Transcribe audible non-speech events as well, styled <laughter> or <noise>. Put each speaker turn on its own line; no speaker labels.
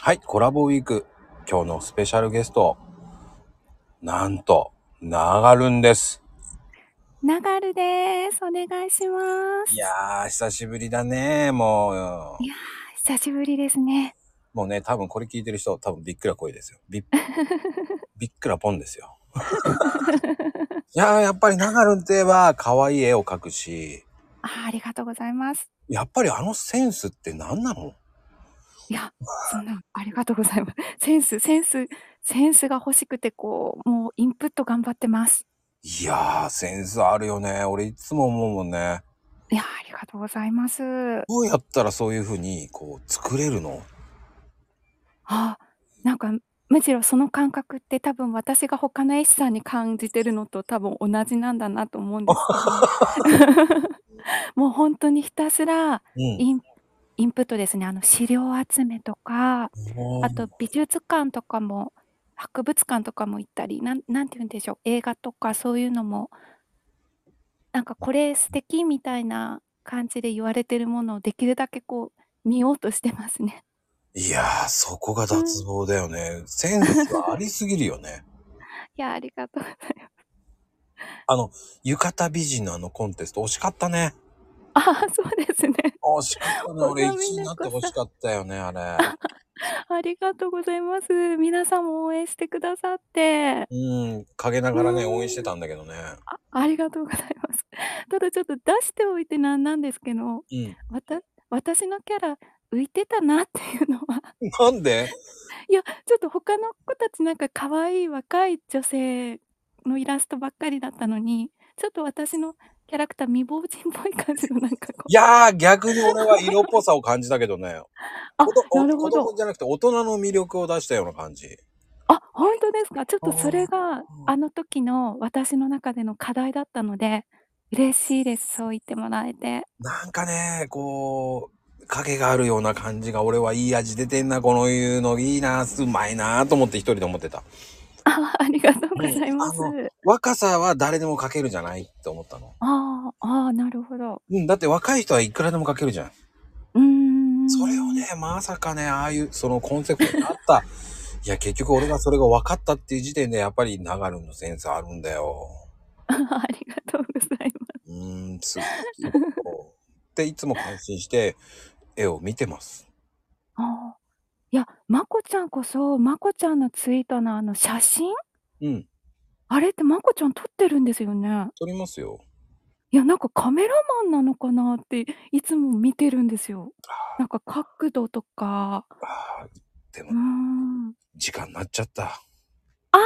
はい、コラボウィーク。今日のスペシャルゲスト、なんと、ながるんです。
ながるです。お願いします。
いやー、久しぶりだね、もう
い。やー久しぶりですね。
もうね、多分これ聞いてる人、多分びっくら声ですよ。 <laughs> びっ、びっくらポンですよ。 <laughs> いやー、やっぱりながるんといえば、可愛い絵を描くし、
あーありがとうございます。
やっぱりあのセンスって何なの
いや、そんな、ありがとうございます。 <laughs> センス、センス、センスが欲しくて、こう、もうインプット頑張ってます。
いやー、センスあるよね。俺いつも思うもんね。
いやーありがとうございます。
どうやったらそういうふうに、こう、作れるの
あーなんか、むしろその感覚って多分私が他の絵師さんに感じてるのと多分同じなんだなと思うんですけ <laughs> どもう本当にひたすら
うん。
インインプットですねあの資料集めとか
おー
あと美術館とかも博物館とかも行ったりなんなんて言うんでしょう映画とかそういうのもなんかこれ素敵みたいな感じで言われてるものをできるだけこう見ようとしてますね。 <laughs>
いやー、そこが脱帽だよね。センスがありすぎるよね。 <laughs>
いやありがとうご <laughs> ざいます。
あの、浴衣美人のあのコンテスト、惜しかったね。
ああそうですね。 <laughs>
惜しかったね。俺1
おかみ
位になってほしかったよね、あれ。
ありがとうございます。皆さんも応援してくださって
うん、陰ながらね、
うん
応援してたんだけどね。
あありがとうございます。 <laughs> ただちょっと出しておいてなんなんですけど
うん。
わた私のキャラ浮いてたなっていうのは
なんで
いやちょっと他の子たちなんか可愛い若い女性のイラストばっかりだったのにちょっと私のキャラクター未亡人っぽい感じのなんかこう
<laughs> いやー、逆に俺は色っぽさを感じたけどね。
あ
子供
なるほ
子
ど
供じゃなくて大人の魅力を出したような感じ。
あ本当ですかちょっとそれが
ー
あの時の私の中での課題だったので嬉しいですそう言ってもらえて <laughs>
なんかね、こう、影があるような感じが俺はいい味出てんな、このいうのいいな、うまいなと思って一人で思ってた。
あありがとうございます、
うんあ若さは誰でも描けるじゃないって思ったの。
あーあーなるほど
うん、だって若い人はいくらでも描けるじゃん。
うーん
それをね、まさかね、ああいう、そのコンセプトにあった。 <laughs> いや、結局俺がそれが分かったっていう時点で、やっぱり流るのセンスあるんだよ。
<laughs> ありがとうございます
うーん、すっきり。こうっていつも感心して、絵を見てます。
ああいやまこちゃんこそまこちゃんのツイートのあの写真
うん、
あれってまこちゃん撮ってるんですよね
撮りますよ。
いやなんかカメラマンなのかなっていつも見てるんですよなんか角度とか
ああ、で
う
も
ーん
時間になっちゃった。
あー